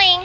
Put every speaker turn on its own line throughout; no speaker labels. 听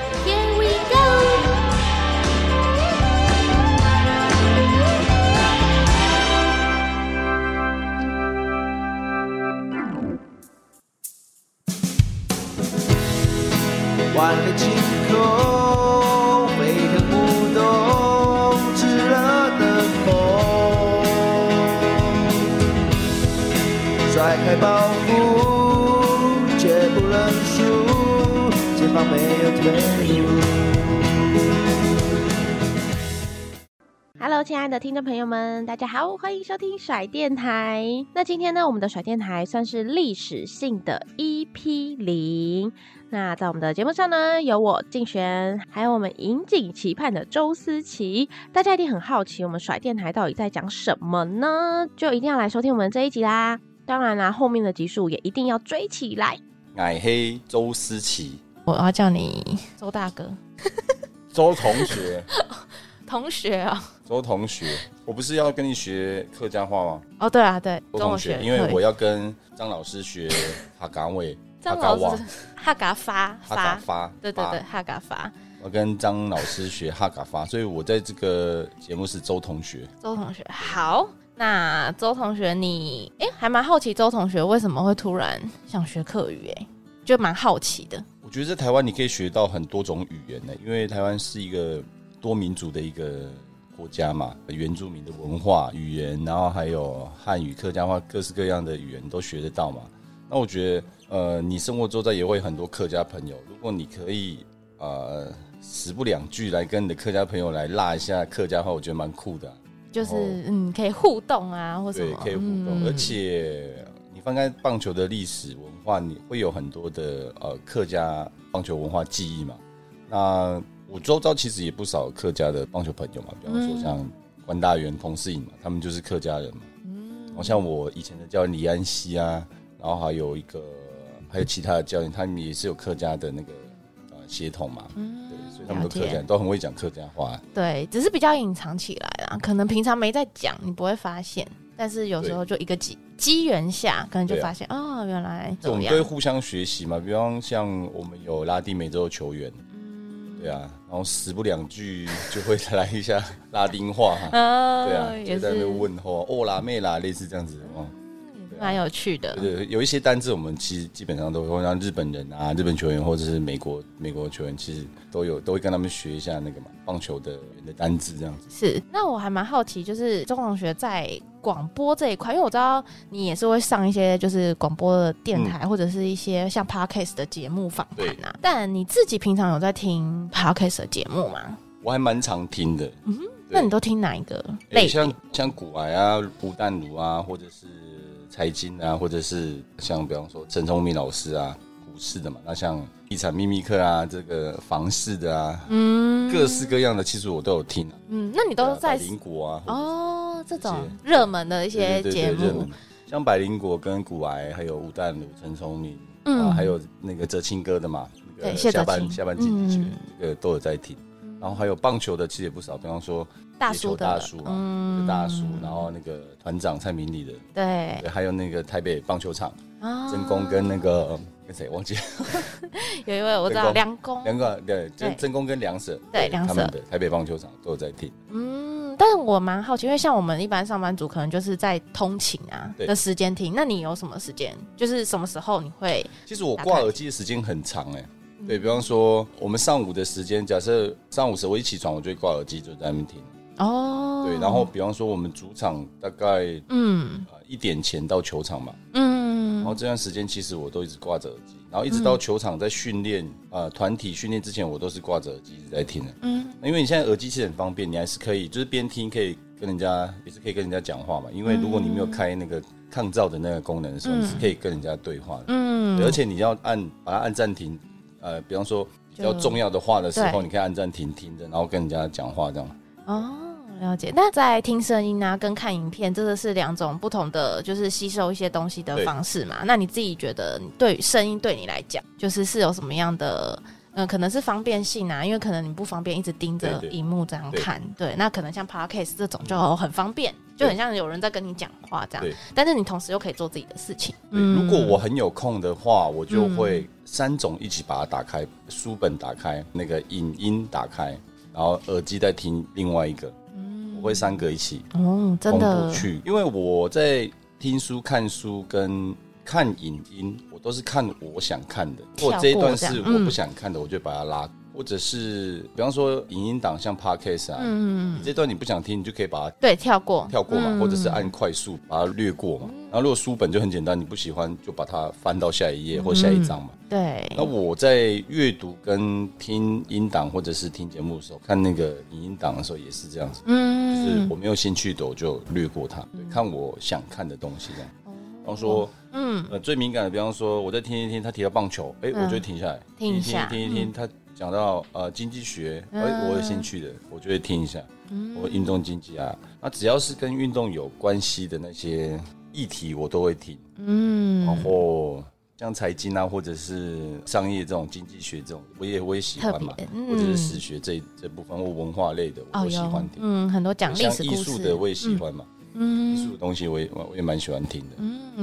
，Here we go！
万里晴空，飞腾舞动，炙热的风，甩开包袱，绝不认输，前方没有退路。
Hello，亲爱的听众朋友们，大家好，欢迎收听甩电台。那今天呢，我们的甩电台算是历史性的 EP 零。那在我们的节目上呢，有我静璇，还有我们引颈期盼的周思琪。大家一定很好奇，我们甩电台到底在讲什么呢？就一定要来收听我们这一集啦。当然啦，后面的集数也一定要追起来。
矮黑周思琪，
我要叫你周大哥
周同学，
同学哦。
周同学，我不是要跟你学客家话吗？
哦，对啊，对，
周
跟我
同学，
学
因为
对
我要跟张老师学 哈岗伟、
张
嘎
老
哇
师、哈嘎发
哈嘎
发，
发，
对对
发
对，，哈嘎发。
我跟张老师学哈嘎发，所以我在这个节目是周同学。
周同学，好，那周同学你，哎，还蛮好奇周同学为什么会突然想学客语，哎，就蛮好奇的。
我觉得在台湾你可以学到很多种语言呢，因为台湾是一个多民族的一个国家嘛，原住民的文化、语言，然后还有汉语、客家话，各式各样的语言都学得到嘛。那我觉得，呃，你生活周遭也会有很多客家朋友，如果你可以，呃，时不两句来跟你的客家朋友来拉一下客家话，我觉得蛮酷的啊、
就是、
哦
嗯，可以互动啊，或什
对
么，，
可以互动，
嗯
而且你翻开棒球的历史文化，你会有很多的呃客家棒球文化记忆嘛。那我周遭其实也不少客家的棒球朋友嘛，比方说
嗯
像关大元、童世颖嘛，他们就是客家人嘛。嗯，好像我以前的教练李安熙啊，然后还有一个还有其他的教练，他们也是有客家的那个呃血统嘛。嗯，对，所以他们都
了
客
解
家人都很会讲客家话。
对，只是比较隐藏起来啦，可能平常没在讲，你不会发现，但是有时候就一个机机缘下，可能就
对啊
发现、哦，原来
这
怎
我
么
们
样
都会互相学习嘛，比方像我们有拉丁美洲的球员，
嗯
对啊，然后时不两句就会来一下 拉丁话，
啊
对啊，
也
就在
是
那边问候哦啦妹啦，类似这样子哦。
蛮有趣的。
对对，有一些单字我们其实基本上都会让日本人啊、日本球员或者是美国美国球员，其实都有都会跟他们学一下那个嘛棒球的的单字这样子。
是，那我还蛮好奇，就是钟同学在广播这一块，因为我知道你也是会上一些就是广播的
嗯
电台、或者是一些像 podcast 的节目访谈啊。但你自己平常有在听 podcast 的节目吗？
我还蛮常听的，对
那你都听哪一个
欸
类？
像像古癌啊、吴淡如啊，或者是财经啊，或者是像比方说陈聪明老师啊，股市的嘛，那像地产秘密课啊，这个房市的啊，
嗯
各式各样的，其实我都有听啊，
嗯，那你都
对啊百
在
灵国啊，
哦这种
这些
热门的一
一
些节目，，
像百灵国跟古癌，还有吴淡如、陈聪明
嗯
啊，还有那个哲青哥的嘛，那
对
个
谢
下
哲
半
青
下半季节
嗯
这个都有在听，然后还有棒球的其实也不少，比方说
大
野球
叔的
大叔啊嘛，
嗯
大叔，然后那个团长蔡明理的，
对
对，还有那个台北棒球场，
啊
曾公跟那个、呃跟谁忘记 了
有一位我知道
曾公
梁公，
两个对，
对
曾曾公跟梁舍，
对梁
他
舍
们的台北棒球场都有在听，
嗯，但是我蛮好奇，因为像我们一般上班族，可能就是在通勤啊
对
的时间听。那你有什么时间？就是什么时候你会？
其实我
打
挂
开
耳机的时间很长哎、
嗯
对比方说我们上午的时间，假设上午时我一起床，我就会挂耳机就在那边听，
哦，
对，然后比方说我们主场大概
嗯
呃一点前到球场嘛，然后
嗯，
这段时间其实我都一直挂着耳机，然后一直到球场在训练、呃团体训练之前，我都是挂着耳机一直在听的。嗯，因为你现在耳机其实很方便，你还是可以就是边听可以跟人家也是可以跟人家讲话嘛，因为如果你没
嗯
有开那个抗噪的那个功能的时候，你是可以跟人家对话的。嗯，而且你要按把它按暂停，呃，比方说比较
就
重要的话的时候，
对
你可以按暂停听着，然后跟人家讲话这样。
哦，了解。那在听声音啊，跟看影片，这个是两种不同的，就是吸收一些东西的
对
方式嘛。那你自己觉得，你对于声音对你来讲，就是是有什么样的？嗯、可能是方便性啊，因为可能你不方便一直盯着
对对
荧幕这样
对
看，对，那可能像 podcast 这种就很方便，就
对
很像有人在跟你讲话这样
对，
但是你同时又可以做自己的事情。
对如果我很有空的话，我就
嗯
会三种一起把它打开，书本打开，那个影音打开，然后耳机再听另外一个，我会三个一起
哦，嗯真
同
的
步去，因为我在听书、看书跟看影音，我都是看我想看的，
跳
或
过
这一段
这样
是
嗯
我不想看的，我就把它拉，或者是比方说影音档像 podcast 啊，
嗯
你这段你不想听，你就可以把它
对跳过
跳过嘛，
嗯
或者是按快速把它略过嘛。然后如果书本就很简单，你不喜欢就把它翻到下一页或下一章嘛。
对，
那我在阅读跟听音档或者是听节目的时候，看那个影音档的时候也是这样子，就是
嗯
我没有兴趣的我就略过它，对看我想看的东西这样。
哦
比方说，
嗯，
呃，最敏感的，比方说我在听一听他提到棒球，哎，我就会停下来
听嗯一下嗯
听一听他讲到呃经济学，哎，我有兴趣的，我就会听一下。
嗯
我运动经济啊，那只要是跟运动有关系的那些议题，我都会听。
嗯，
然后像财经啊，或者是商业这种经济学这种，我也我也喜欢嘛
特别嗯，
或者是史学这一这部分或文化类的，我
哦
都喜
有
欢听。
嗯很多讲历
像
史
艺
故
术
事
的我也喜欢嘛，艺
嗯
术的东西我也我也蛮喜欢听的。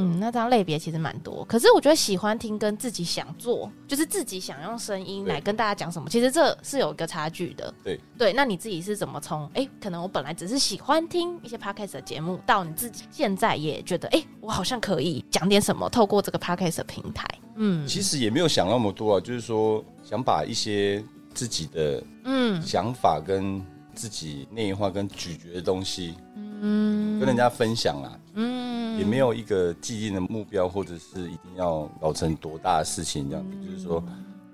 嗯，那这样类别其实蛮多，可是我觉得喜欢听跟自己想做，就是自己想用声音
对
来跟大家讲什么，其实这是有一个差距的。
对
对，那你自己是怎么从哎、可能我本来只是喜欢听一些 podcast 的节目，到你自己现在也觉得哎、我好像可以讲点什么，透过这个 podcast 的平台，嗯
其实也没有想那么多啊，就是说想把一些自己的
嗯
想法跟自己内化跟咀嚼的东西
嗯
跟人家分享啦，
嗯
也没有一个既定的目标，或者是一定要搞成多大的事情这样子，
嗯
就是说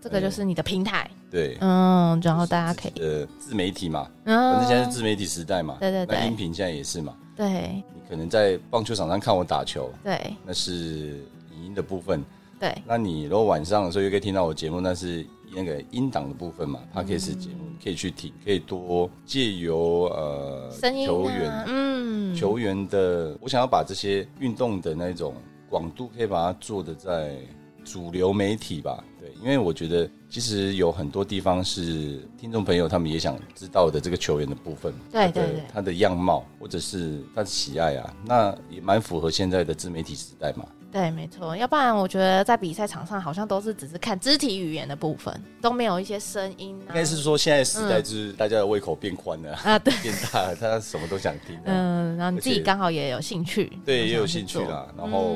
这个就是你的平台，
对，
嗯，然后大家可以，
呃，自媒体嘛，反
嗯
正现在是自媒体时代嘛，
对对对
那音频现在也是嘛，
对
你可能在棒球场上看我打球，
对
那是影音的部分，
对，
那你如果晚上的时候又可以听到我节目，那是那个音档的部分嘛 p o d c a s 节
嗯
目可以去听，可以多借由呃
声音、啊、
球员、
嗯，
球员的，我想要把这些运动的那种广度，可以把它做的在主流媒体吧，对，因为我觉得其实有很多地方是听众朋友他们也想知道的这个球员的部分，他
对
的
对对
他的样貌或者是他的喜爱啊，那也蛮符合现在的自媒体时代嘛，
对，没错，要不然我觉得在比赛场上好像都是只是看肢体语言的部分，都没有一些声音、啊。
应该是说现在时
嗯
代就是大家的胃口变宽了 啊
啊，对，
变大了，他什么都想听、嗯，
嗯，然后你自己刚好也有兴趣，
对，
想
也有
去
兴趣
做
啦。然后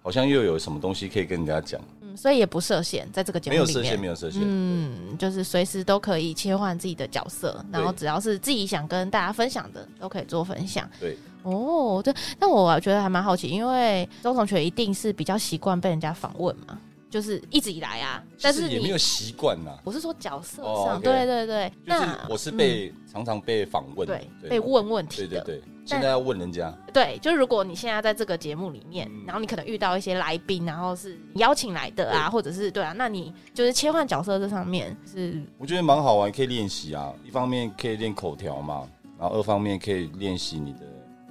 好像又有什么东西可以跟人家讲，
嗯，所以也不设限，在这个节目
没
里
有
面
设限，没有设限。
嗯，就是随时都可以切换自己的角色，然后
对
只要是自己想跟大家分享的，都可以做分享。
对，
哦，对，但我觉得还蛮好奇，因为周同学一定是比较习惯被人家访问嘛，就是一直以来啊，但
其
是
实也没
你
有习惯呐，
我是说角色上，
哦，OK
对对对，
就是
那嗯
我是被、常常被访问，
对被问问
对
题
对
的，
对，现在要问人家，
对就是如果你现在在这个节目里面，
嗯
然后你可能遇到一些来宾，然后是你邀请来的啊，或者是对啊，那你就是切换角色这上面是
我觉得蛮好玩，可以练习啊。一方面可以练口条嘛，然后二方面可以练习你的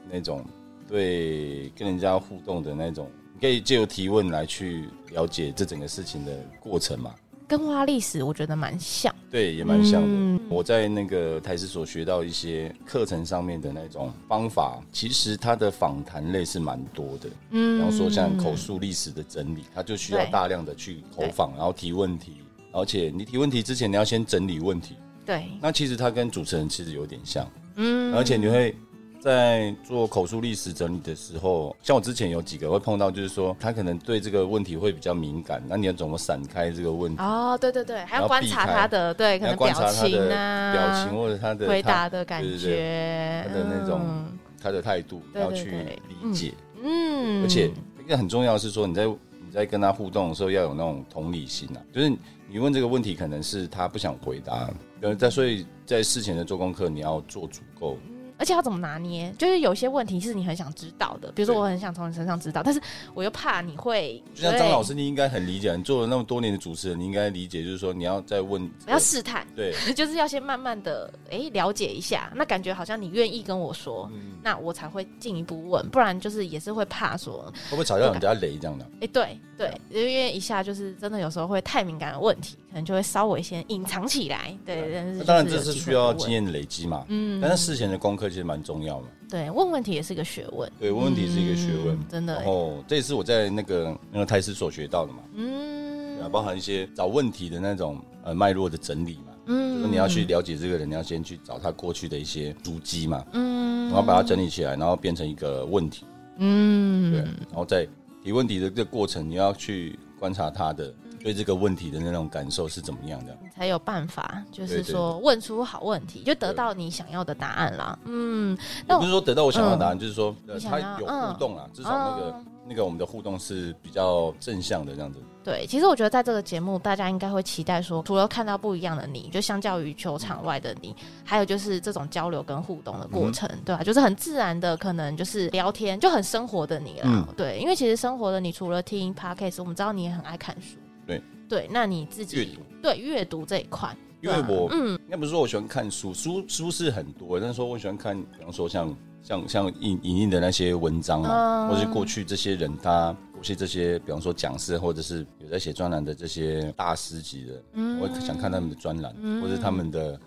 那种对跟人家互动的那种，你可以借由提问来去了解这整个事情的过程嘛。
跟花历史我觉得蛮像，
对，也蛮像的。
嗯
我在那个台师所学到一些课程上面的那种方法，其实它的访谈类是蛮多的。
嗯
比方说像口述历史的整理，它就需要
对
大量的去口访，然后提问题，而且你提问题之前你要先整理问题。
对，
那其实它跟主持人其实有点像，
嗯
而且你会在做口述历史整理的时候，像我之前有几个会碰到，就是说他可能对这个问题会比较敏感，那你要怎么闪开这个问题？
哦，对对对，还
然
要
后
观
避
察
开
他的对，可
你要
能
观
表
察他的
情啊，
表情或者他的
回答
态
的感
对对对
觉，
他的那种
嗯
他的态度，
对
然后
对
去
对
理解，
嗯，
而且一个很重要的是说你在你在跟他互动的时候要有那种同理心啊，就是你问这个问题可能是他不想回答，呃，在所以在事前的做功课你要做足够，
嗯而且要怎么拿捏，就是有些问题是你很想知道的，比如说
对
我很想从你身上知道，但是我又怕你会
就像张老
对
师，你应该很理解，你做了那么多年的主持人，你应该理解，就是说你要再问，
不要试探，
对，
就是要先慢慢的哎、诶了解一下，那感觉好像你愿意跟我说，
嗯，
那我才会进一步问，不然就是也是会怕说，
会不会吵到人家雷这样的？
哎、对对，因为一下就是真的有时候会太敏感的问题，可能就会稍微先隐藏起来，对，但是
那当然
就是
这
有
是
机
需
会
要
问
经，验的累积嘛，
嗯
但是事前的功课其实蛮重要嘛。
对，问问题也是个学问，
对，问问题是一个学问。
嗯真的
然，后这也是我在那个那个泰师所学到的嘛，
嗯
对啊，包含一些找问题的那种呃脉络的整理嘛，就
嗯
是你要去，了解这个人，你要先去找他过去的一些足迹嘛，
嗯
然后把它整理起来，然后变成一个问题，
嗯，
对，然后在提问题的这个过程，你要去观察他的对这个问题的那种感受是怎么样的。
才有办法，就是
对对
说问出好问题，就得到你想要的答案啦。嗯，那
也
我嗯
不是说得到我想要的答案，就是说呃
你想
他
要
有
嗯
互动啊，至少那个
哦
那个我们的互动是比较正向的这样子。
对，其实我觉得在这个节目，大家应该会期待说，除了看到不一样的你，就相较于球场外的你，还有就是这种交流跟互动
嗯
的过程，对吧、啊就是很自然的，可能就是聊天，就很生活的你啦。
嗯
对，因为其实生活的你，除了听 podcast，我们知道你也很爱看书。
对
对，那你自己
阅读
对阅读这一块，
因为
对啊
我
嗯
应该不是说我喜欢看书，书书是很多，但是说我喜欢看，比方说像像像影影印的那些文章嘛，
嗯
或是过去这些人他过去这些，比方说讲师或者是有在写专栏的这些大师级的，
嗯
我想看他们的专栏，
嗯
或者他们的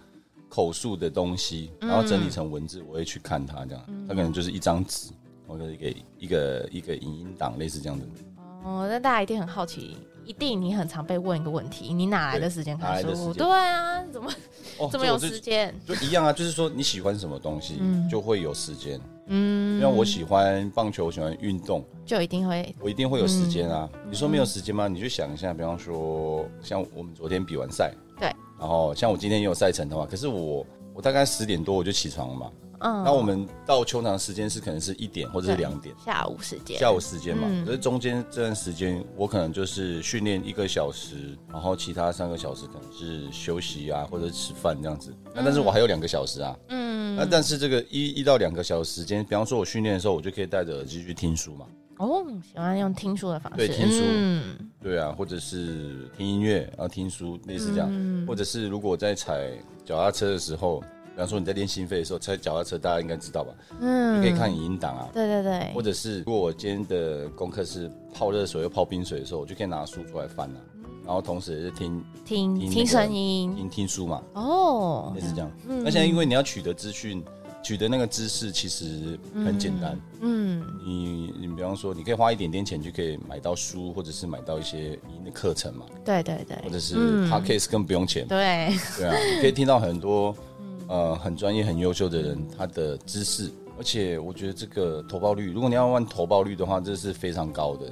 口述的东西，然后整理成文字，我会去看它这样，
嗯
它可能就是一张纸。或者一个一个一个影音档类似这样的，
哦，那大家一定很好奇，一定你很常被问一个问题，你哪来的时间看
对哪来的
书？
时间
对啊，怎么
哦
怎么有时？间？
这我就就一样啊，就是说你喜欢什么东西，
嗯
就会有时间。因
嗯，
为我喜欢棒球，我喜欢运动，
就一定会
我一定会有
嗯
时间啊。你说没有时间吗？你去想一下，比方说，像我们昨天比完赛，
对，
然后像我今天也有赛程的话，可是我我大概十点多我就起床了嘛。
嗯，
那我们到球场的时间是可能是一点或者是
对
两点。
下午时间，
下午时间嘛，
嗯
可是中间这段时间我可能就是训练一个小时，然后其他三个小时可能是休息啊，或者是吃饭这样子。那但是我还有两个小时啊，
嗯
那但是这个一一到两个小时时间，比方说我训练的时候，我就可以戴着耳机去听书嘛，
哦，喜欢用听书的方式，
对听书
嗯
对啊，或者是听音乐，然后听书，类似这样，
嗯
或者是如果在踩脚踏车的时候，比方说你在练心肺的时候，踩脚踏车大家应该知道吧？
嗯
你可以看，影音档啊，
对对对，
或者是如果我今天的功课是泡热水又泡冰水的时候，我就可以拿书出来翻啊，
嗯
然后同时也是听
听
听那个
听声音
听听书嘛，
哦
类，似这样。那现在因为你要取得资讯，取得那个知识其实很简单。
嗯
你你比方说，你可以花一点点钱就可以买到书，或者是买到一些影音的课程嘛，
对对对，
或者是
嗯
podcast 更不用钱，
对，
对啊，你可以听到很多呃很专业、很优秀的人他的知识，而且我觉得这个投报率，如果你要问投报率的话，这是非常高的，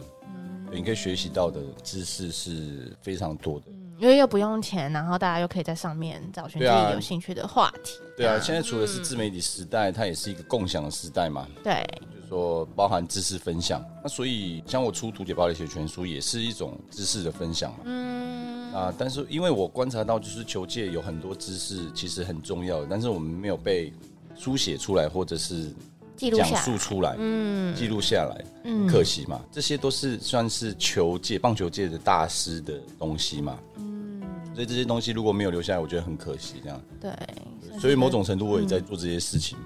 对你可以学习到的知识是非常多的。
因为又不用钱，然后大家又可以在上面找寻自
对啊
己有兴趣的话题，
对啊，现在除了是自媒体时代，它也是一个共享的时代嘛，
对，
就是说包含知识分享。那所以像我出《图解堡垒学全书》也是一种知识的分享嘛。
嗯
啊、但是因为我观察到，就是球界有很多知识其实很重要的，但是我们没有被书写出来，或者是
记录
讲
下
述
来，
出来，
嗯
记录下来，
嗯
可惜嘛，这些都是算是球界、棒球界的大师的东西嘛，
嗯
所以这些东西如果没有留下来，我觉得很可惜，这样，
对，嗯
所以某种程度我也在做这些事情嘛，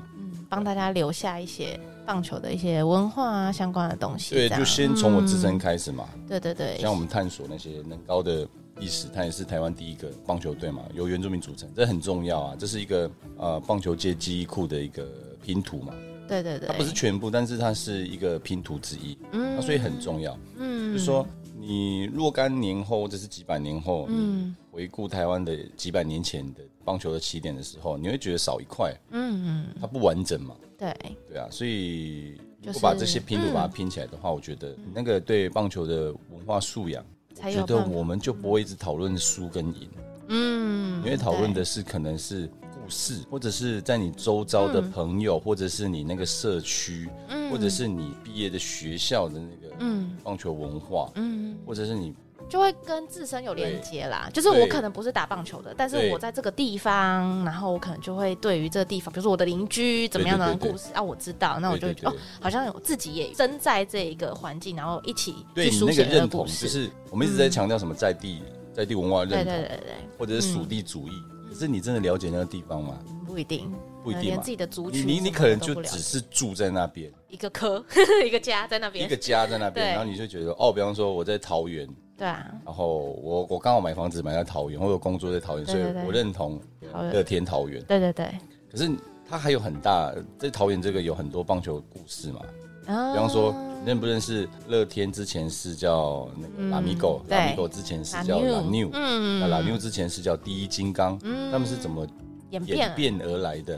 帮大家留下一些棒球的一些文化啊相关的东西，
对，
这样
就先从我自身开始嘛，
对对对，
像我们探索那些能高的历史，它也是台湾第一个棒球队嘛，由原住民组成，这很重要啊。这是一个呃棒球界记忆库的一个拼图嘛，
对对对，
它不是全部，但是它是一个拼图之一，那所以很重要。
嗯，
就是说你若干年后，或者是几百年后，
嗯
你回顾台湾的几百年前的棒球的起点的时候，你会觉得少一块，
嗯嗯，
它不完整嘛。
对，
对啊，所以
就是
如果把这些拼图
嗯
把它拼起来的话，我觉得那个对棒球的文化素养，我
才有
觉
办
得
法
我们就不会一直讨论输跟赢，
嗯，
因为讨论的是可能是故事，或者是在你周遭
嗯
的朋友，或者是你那个社区，或者是你毕业的学校的那个
嗯
棒球文化，
嗯
或者是你
就会跟自身有连接啦。就是我可能不是打棒球的，但是
对
我在这个地方，然后我可能就会对于这个地方，比如说我的邻居怎么样的
对对对
故事啊，我知道，那我就会
对
觉
对对
得哦，好像我自己也身在这一个环境，然后一起
对
去
你
书
那个
写这个
认
故
同，
事。嗯
就是我们一直在强调什么在地在地文化认
对对对
同，
对对，嗯
或者是属地主义。可是你真的了解那个地方吗？
不一定，
不一定嘛
呃连自己的族
你
群
你
什么
你可能
都
就
不了
只
解
是住在那边，
一个科 一个家在那
一
边
个，家在那边，
对
然后你就觉得哦，比方说我在桃园，
对啊，
然后我我刚好买房子买在桃园，或者工作在桃园，
对
所以
对对
我认同
桃园
乐天桃园。
对对对。
可是它还有很大，在桃园这个有很多棒球故事嘛。
比
比方说，你认不认识乐天之前是叫那个
嗯
拉米狗，
对
拉米狗之前是叫
拉
拉
缪
纽，
嗯
那拉纽之前是叫第一金刚，
嗯
他们是怎么
演变啊
演
了
变而来的？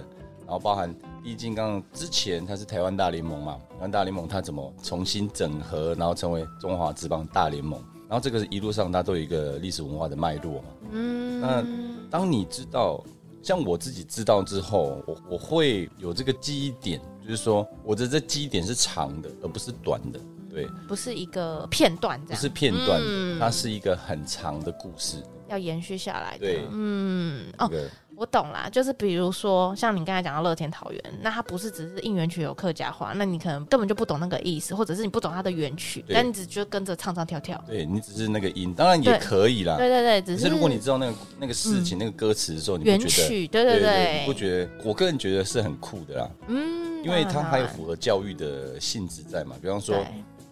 然后包含第一金刚之前，它是台湾大联盟嘛，台湾大联盟它怎么重新整合，然后成为中华职棒大联盟？然后这个一路上它都有一个历史文化的脉络嘛。
嗯
那当你知道，像我自己知道之后，我我会有这个记忆点，就是说我的这记忆点是长的，而不是短的，对，
不是一个片段这
不
样，
是片段的，
嗯
它是一个很长的故事，
要延续下来的。
对
嗯，
这
哦，
个
我懂啦，就是比如说像你刚才讲到乐天桃园，那它不是只是应援曲有客家话，那你可能根本就不懂那个意思，或者是你不懂它的原曲，
对
但你只觉得跟着唱唱跳跳。
对你只是那个音，当然也
对
可以啦。
对对对，只
啊可
是嗯
是如果你知道那个那个事情、那个歌词的时候，你
原
不觉得？
曲，对对
你不觉得？我个人觉得是很酷的啦，
嗯，
因为
当然
它还有
当然
符合教育的性质在嘛。比方说，
对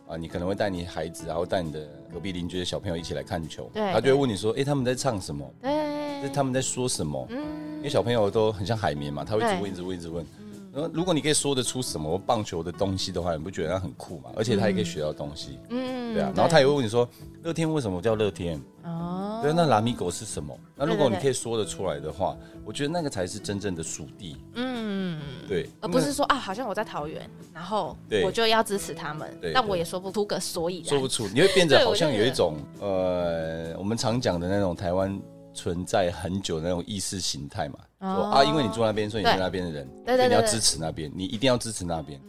啊，你可能会带你孩子啊，然后带你的隔壁邻居的小朋友一起来看球，
对
他就会问你说，哎、他们在唱什么？
对，
就是他们在说什么？因
嗯
为小朋友都很像海绵嘛，他会一直
对嗯
问，一直问，一直问。然后如果你可以说得出什么棒球的东西的话，你不觉得他很酷嘛？而且他也可以学到东西，
嗯
对啊。然后他也会问你说，乐天为什么叫乐天？
哦，
对，那拉米狗是什么？那如
对
果
对
你
对
可以说得出来的话，我觉得那个才是真正的属地，
嗯，
对，那
而不是说啊，好像我在桃园，然后
对
我就要支持他们，
对
但
对
我也说不出个所以然。
说不出，你会变得
啊 对
好
我就
像
觉
有一
得
种呃，我们常讲的那种台湾存在很久的那种意识形态嘛。
哦
说啊，因为你住那边，所以你
对
是那边的人，
对对
所以你要
对对
支持那边，你一定要支持那边。对啊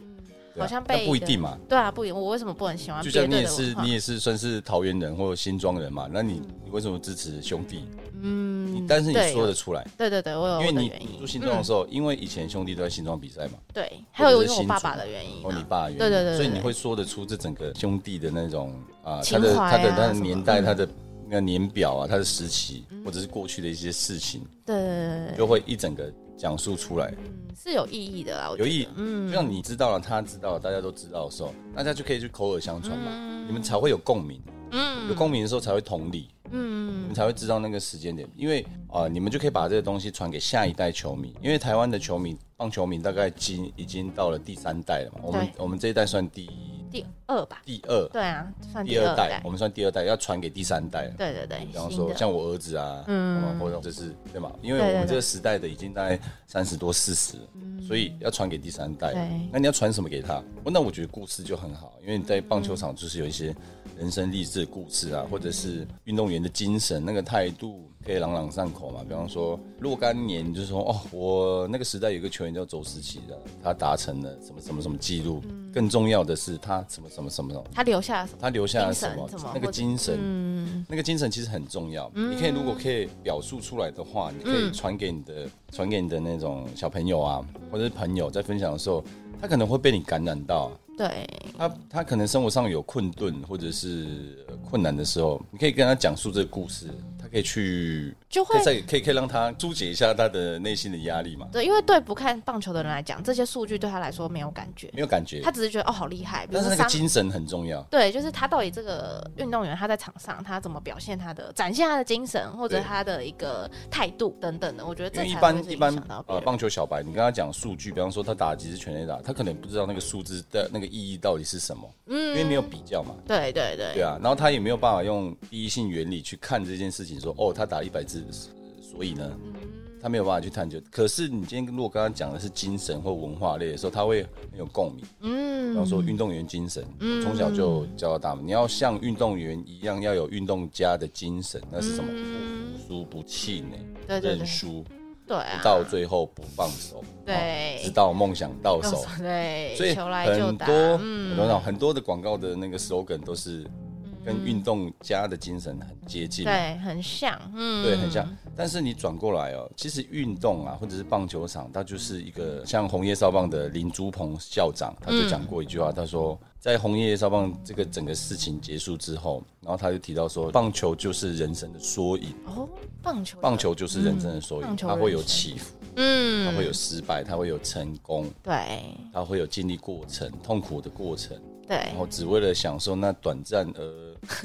好像被
但不一定嘛。
对啊，不一定。我为什么不能喜欢
就
别
像
队
你
的
也
文化？
是，你也是算是桃园人或者新庄人嘛，那你你为什么支持兄弟？
嗯
你但是你
对
说得出来，
对对对，我有
因为
我的
你
原
你
因嗯
住。新庄的时候，因为以前兄弟都在新庄比赛嘛，
对，还
或者
有
是
因为我
新
爸
竹
爸的原因
哦，
啊。
你爸的原因，
对对对对
所以你
对
会说得出这整个兄弟的那种啊，
情
他的
怀啊
他的他的
什么
年代，他的那个年表啊，他的时期，或者是过去的一些事情，
对对对对对，
就会一整个讲述出来，
嗯是有意义的啦。我觉
有
得
意义。
嗯
就像你知道了，他知道了，大家都知道的时候，大家就可以去口耳相传嘛，你们才会有共鸣，
嗯
有共鸣的时候才会同理，你
嗯
们才会知道那个时间点，因为啊、呃你们就可以把这个东西传给下一代球迷，因为台湾的球迷棒球迷大概今已经到了第三代了嘛，我们
对
我们这一代算第一
第二吧。
第二，
对啊，算
第
第
二
二
代，我们算第二代，要传给第三代了。
对对对，
比方
新
说
的
像我儿子啊，
嗯
嗯，或者就是对嘛，因为
对对
我们
对嗯
这个时代的已经大概三十多四十，所以要传给第三代
对。
那你要传什么给他？哦那我觉得故事就很好，因为你在棒
嗯
球场就是有一些人生励志的故事啊，或者是运动员的精神、那个态度，可以朗朗上口嘛。比方说若干年，就是说哦，我那个时代有一个球员叫周思齐的，他达成了什么什么什么记录。
嗯
更重要的是他什么什么什么什么。
他留下了什么？
他留下了什么
精神什么？
那个精神，
嗯，
那个精神其实很重要。你可以如果可以表述出来的话，
嗯
你可以传给你的传给你的那种小朋友啊，或者是朋友在分享的时候，他可能会被你感染到。啊
对，
他他可能生活上有困顿或者是呃困难的时候，你可以跟他讲述这个故事，他可以去
就会
可以再可以可以让他疏解一下他的内心的压力嘛，
对，因为对不看棒球的人来讲，这些数据对他来说没有感觉，
没有感觉
他。只是觉得哦好厉害，比如
但是
说
那个
三
精神很重要。
对，就是他到底这个运动员他在场上他怎么表现他的展现他的精神或者
对
他的一个态度等等的，我觉得
因
这
为一
才
般
会是
一
影
般
响到别
呃
人。
棒球小白，你跟他讲数据，比方说他打几支全垒打，他可能不知道那个数字的那个意义到底是什么，
嗯
因为没有比较嘛，
对对对，
对啊，然后他也没有办法用第一性原理去看这件事情，说哦他打一百支，呃所以呢，他没有办法去探究。可是你今天如果跟他讲的是精神或文化类的时候，他会很有共鸣。比方
嗯，
说运动员精神，从小就教到大嘛，你要像运动员一样，要有运动家的精神，那是什么？
嗯
不输不气馁，
对对对
认输。
对啊，
到最后不放手，
对
哦直到梦想到手。
对，
所以
球来就
很
打，
多
嗯
很多很多的广告的那个 slogan 都是跟运动家的精神很接近，
对，很像，嗯，
对，很像。但是你转过来哦，其实运动啊，或者是棒球场，它就是一个像红叶少棒的林珠鹏校长，他就讲过一句
嗯
话，他说，在红叶少棒这个整个事情结束之后，然后他就提到说，棒球就是人生的缩影，
哦，棒球，
棒，球就是人生的缩
嗯
影，
棒球
它会有
人生
起伏，它
嗯，
会有失败，它会有成功，
对
它会有经历过程，痛苦的过程。
对
然，后只为了享受那短暂 而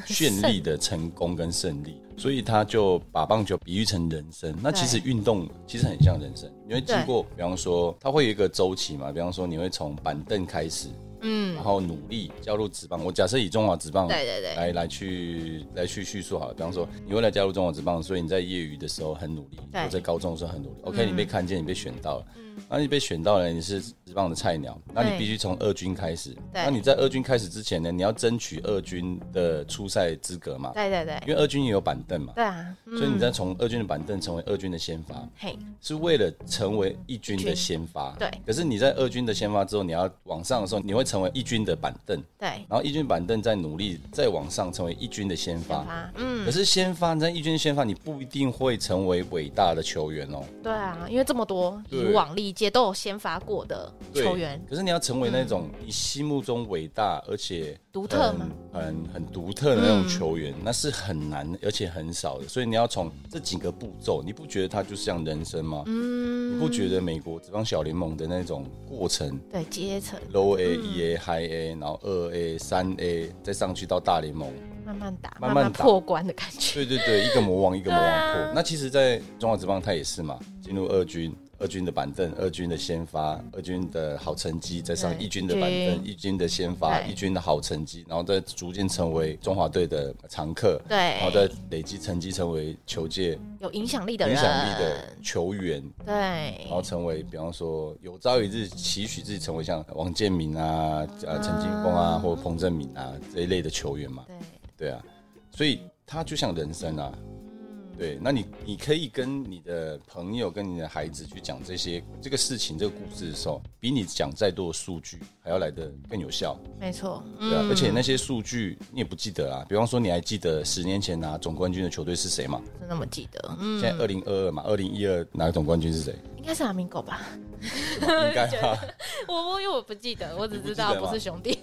绚丽的成功跟胜利，所以他就把棒球比喻成人生。那其实运动其实很像人生，因为经过，比方说它会有一个周期嘛，比方说你会从板凳开始，
嗯
然，后努力加入职棒。我假设以中华职棒
对对对
来来去来去叙述好了，比方说你为了加入中华职棒，所以你在业余的时候很努力，
对嗯
或者在高中的时候很努力。OK，你被看见，你被选到了。那你被选到了，你是职棒的菜鸟，那你
对
必须从二军开始。那你在二军开始之前呢，你要争取二军的初赛资格嘛？
对对对
因为二军也有板凳嘛，
对啊，嗯
所以你再从二军的板凳成为二军的先发，
嘿，
是为了成为一军
一军
的先发。
对
可是你在二军的先发之后，你要往上的时候，你会成为一军的板凳，
对，
然后一军板凳再努力再往上成为一军的先发。
发，嗯，
可是先发你在一军先发，你不一定会成为伟大的球员哦。
对啊，因为这么多以
对
往历届都有先发过的
对
球员，
可是你要成为那种你心目中伟大而且
独特嗯嘛
很很很独特的那种球员，那是很难而且很少的。所以你要从这几个步骤，你不觉得它就像人生吗？
嗯，
你不觉得美国这帮小联盟的那种过程
对阶层
，low A、E
嗯
A、High A，然后二 A、三 A，再上去到大联盟，
慢慢打，
慢慢打
破关的感觉，
对对对，一个魔王一个魔
对
王
啊
破。那其实，在中华职棒他也是嘛，进入二军，二军的板凳，二军的先发，二军的好成绩，再上
对
一军的板凳，
一
一军的先发，
对
一军的好成绩，然后再逐渐成为中华队的常客，
对
然后再累积成绩，成为球界
有影响力的
影
人，
响力的球员。然后
对，
成为，比方说，有朝一日期许自己成为像王建民啊、呃陈金峰啊，或者彭正明啊这一类的球员嘛。
对，
对啊，所以它就像人生啊。
嗯
对，那你你可以跟你的朋友、跟你的孩子去讲这些这个事情、这个故事的时候，比你讲再多的数据还要来得更有效，
没错，嗯
对啊。而且那些数据你也不记得啊啦，比方说你还记得十年前拿总冠军的球队是谁嘛？
是那么记得，嗯，
现在二零二二嘛，二零一二拿总冠军 是谁？
应该是阿明狗吧？
应该啊吧？
我我因为我不记得，我只
你不
知
记
道
得
不
吗
是兄弟，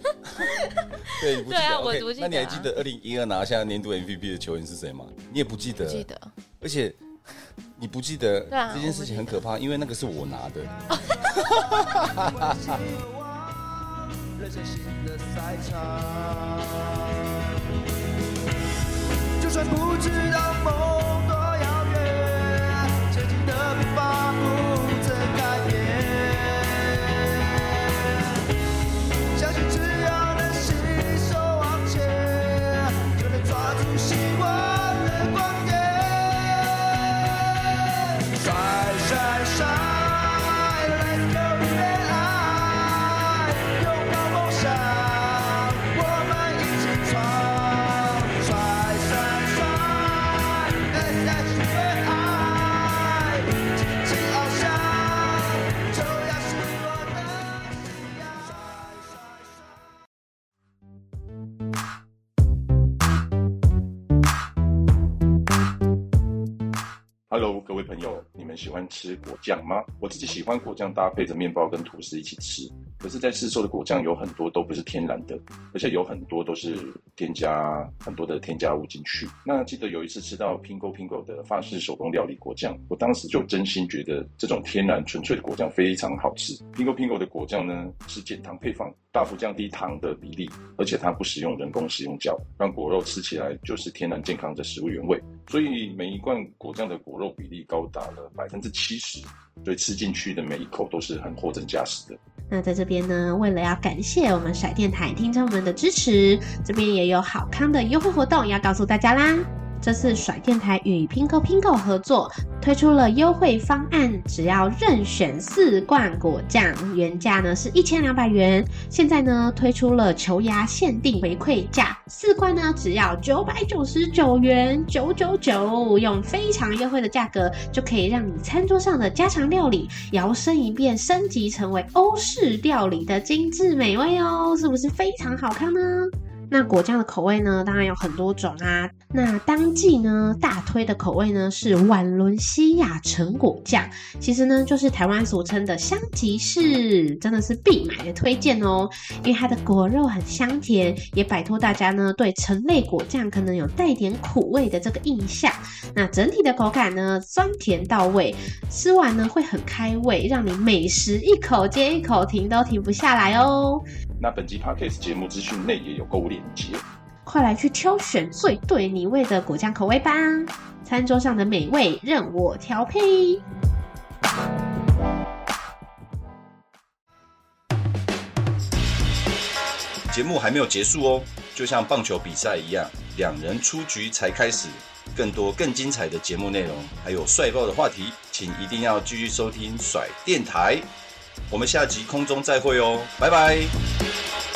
对，你不记
对啊
得
我
OK，
我记
那你还
得啊
记得二零一二拿下年度 MVP 的球员是谁吗？你也不记得，
不记得，
而且你不记得
对啊
这件事情很可怕，因为那个是我拿的。
人生新的赛场。就算不知道梦多遥远，前进的步伐不曾改变。相信只要能携手往前，就能抓住希望的光点。甩甩甩，Let's go 热爱，拥抱梦想，我们一起闯。甩甩甩，Let's 带去为爱，尽情翱翔，就要是我的信仰。甩甩甩。
Hello，各位朋友，你们喜欢吃果酱吗？我自己喜欢果酱搭配着面包跟吐司一起吃。可是，在市售的果酱有很多都不是天然的，而且有很多都是添加很多的添加物进去。那记得有一次吃到 Pingo Pingo 的法式手工料理果酱，我当时就真心觉得这种天然纯粹的果酱非常好吃。Pingo Pingo 的果酱呢是减糖配方，大幅降低糖的比例，而且它不使用人工食用胶，让果肉吃起来就是天然健康的食物原味。所以每一罐果酱的果肉比例高达了百分之七十，所以吃进去的每一口都是很货真价实的。
那在这边呢，为了要感谢我们甩电台听众们的支持，这边也有好康的优惠活动要告诉大家啦。这次甩电台与 Pingo Pingo 合作推出了优惠方案，只要任选四罐果酱，原价呢是一千两百元，现在呢推出了球牙限定回馈价，四罐呢只要九百九十九元九九九，用非常优惠的价格就可以让你餐桌上的家常料理摇身一变升级成为欧式料理的精致美味哦，是不是非常好看呢？那果酱的口味呢，当然有很多种啊。那当季呢，大推的口味呢是宛伦西亚橙果酱，其实呢就是台湾俗称的香吉士，真的是必买的推荐哦。因为它的果肉很香甜，也摆脱大家呢对橙类果酱可能有带点苦味的这个印象。那整体的口感呢，酸甜到位，吃完呢会很开胃，让你美食一口接一口，停都停不下来哦。
那本集 podcast 节目资讯内也有购物链接。
快来去挑选最对你味的果酱口味吧！餐桌上的美味任我调配。
节目还没有结束哦，就像棒球比赛一样，两人出局才开始。更多更精彩的节目内容，还有帅爆的话题，请一定要继续收听甩电台。我们下集空中再会哦，拜拜。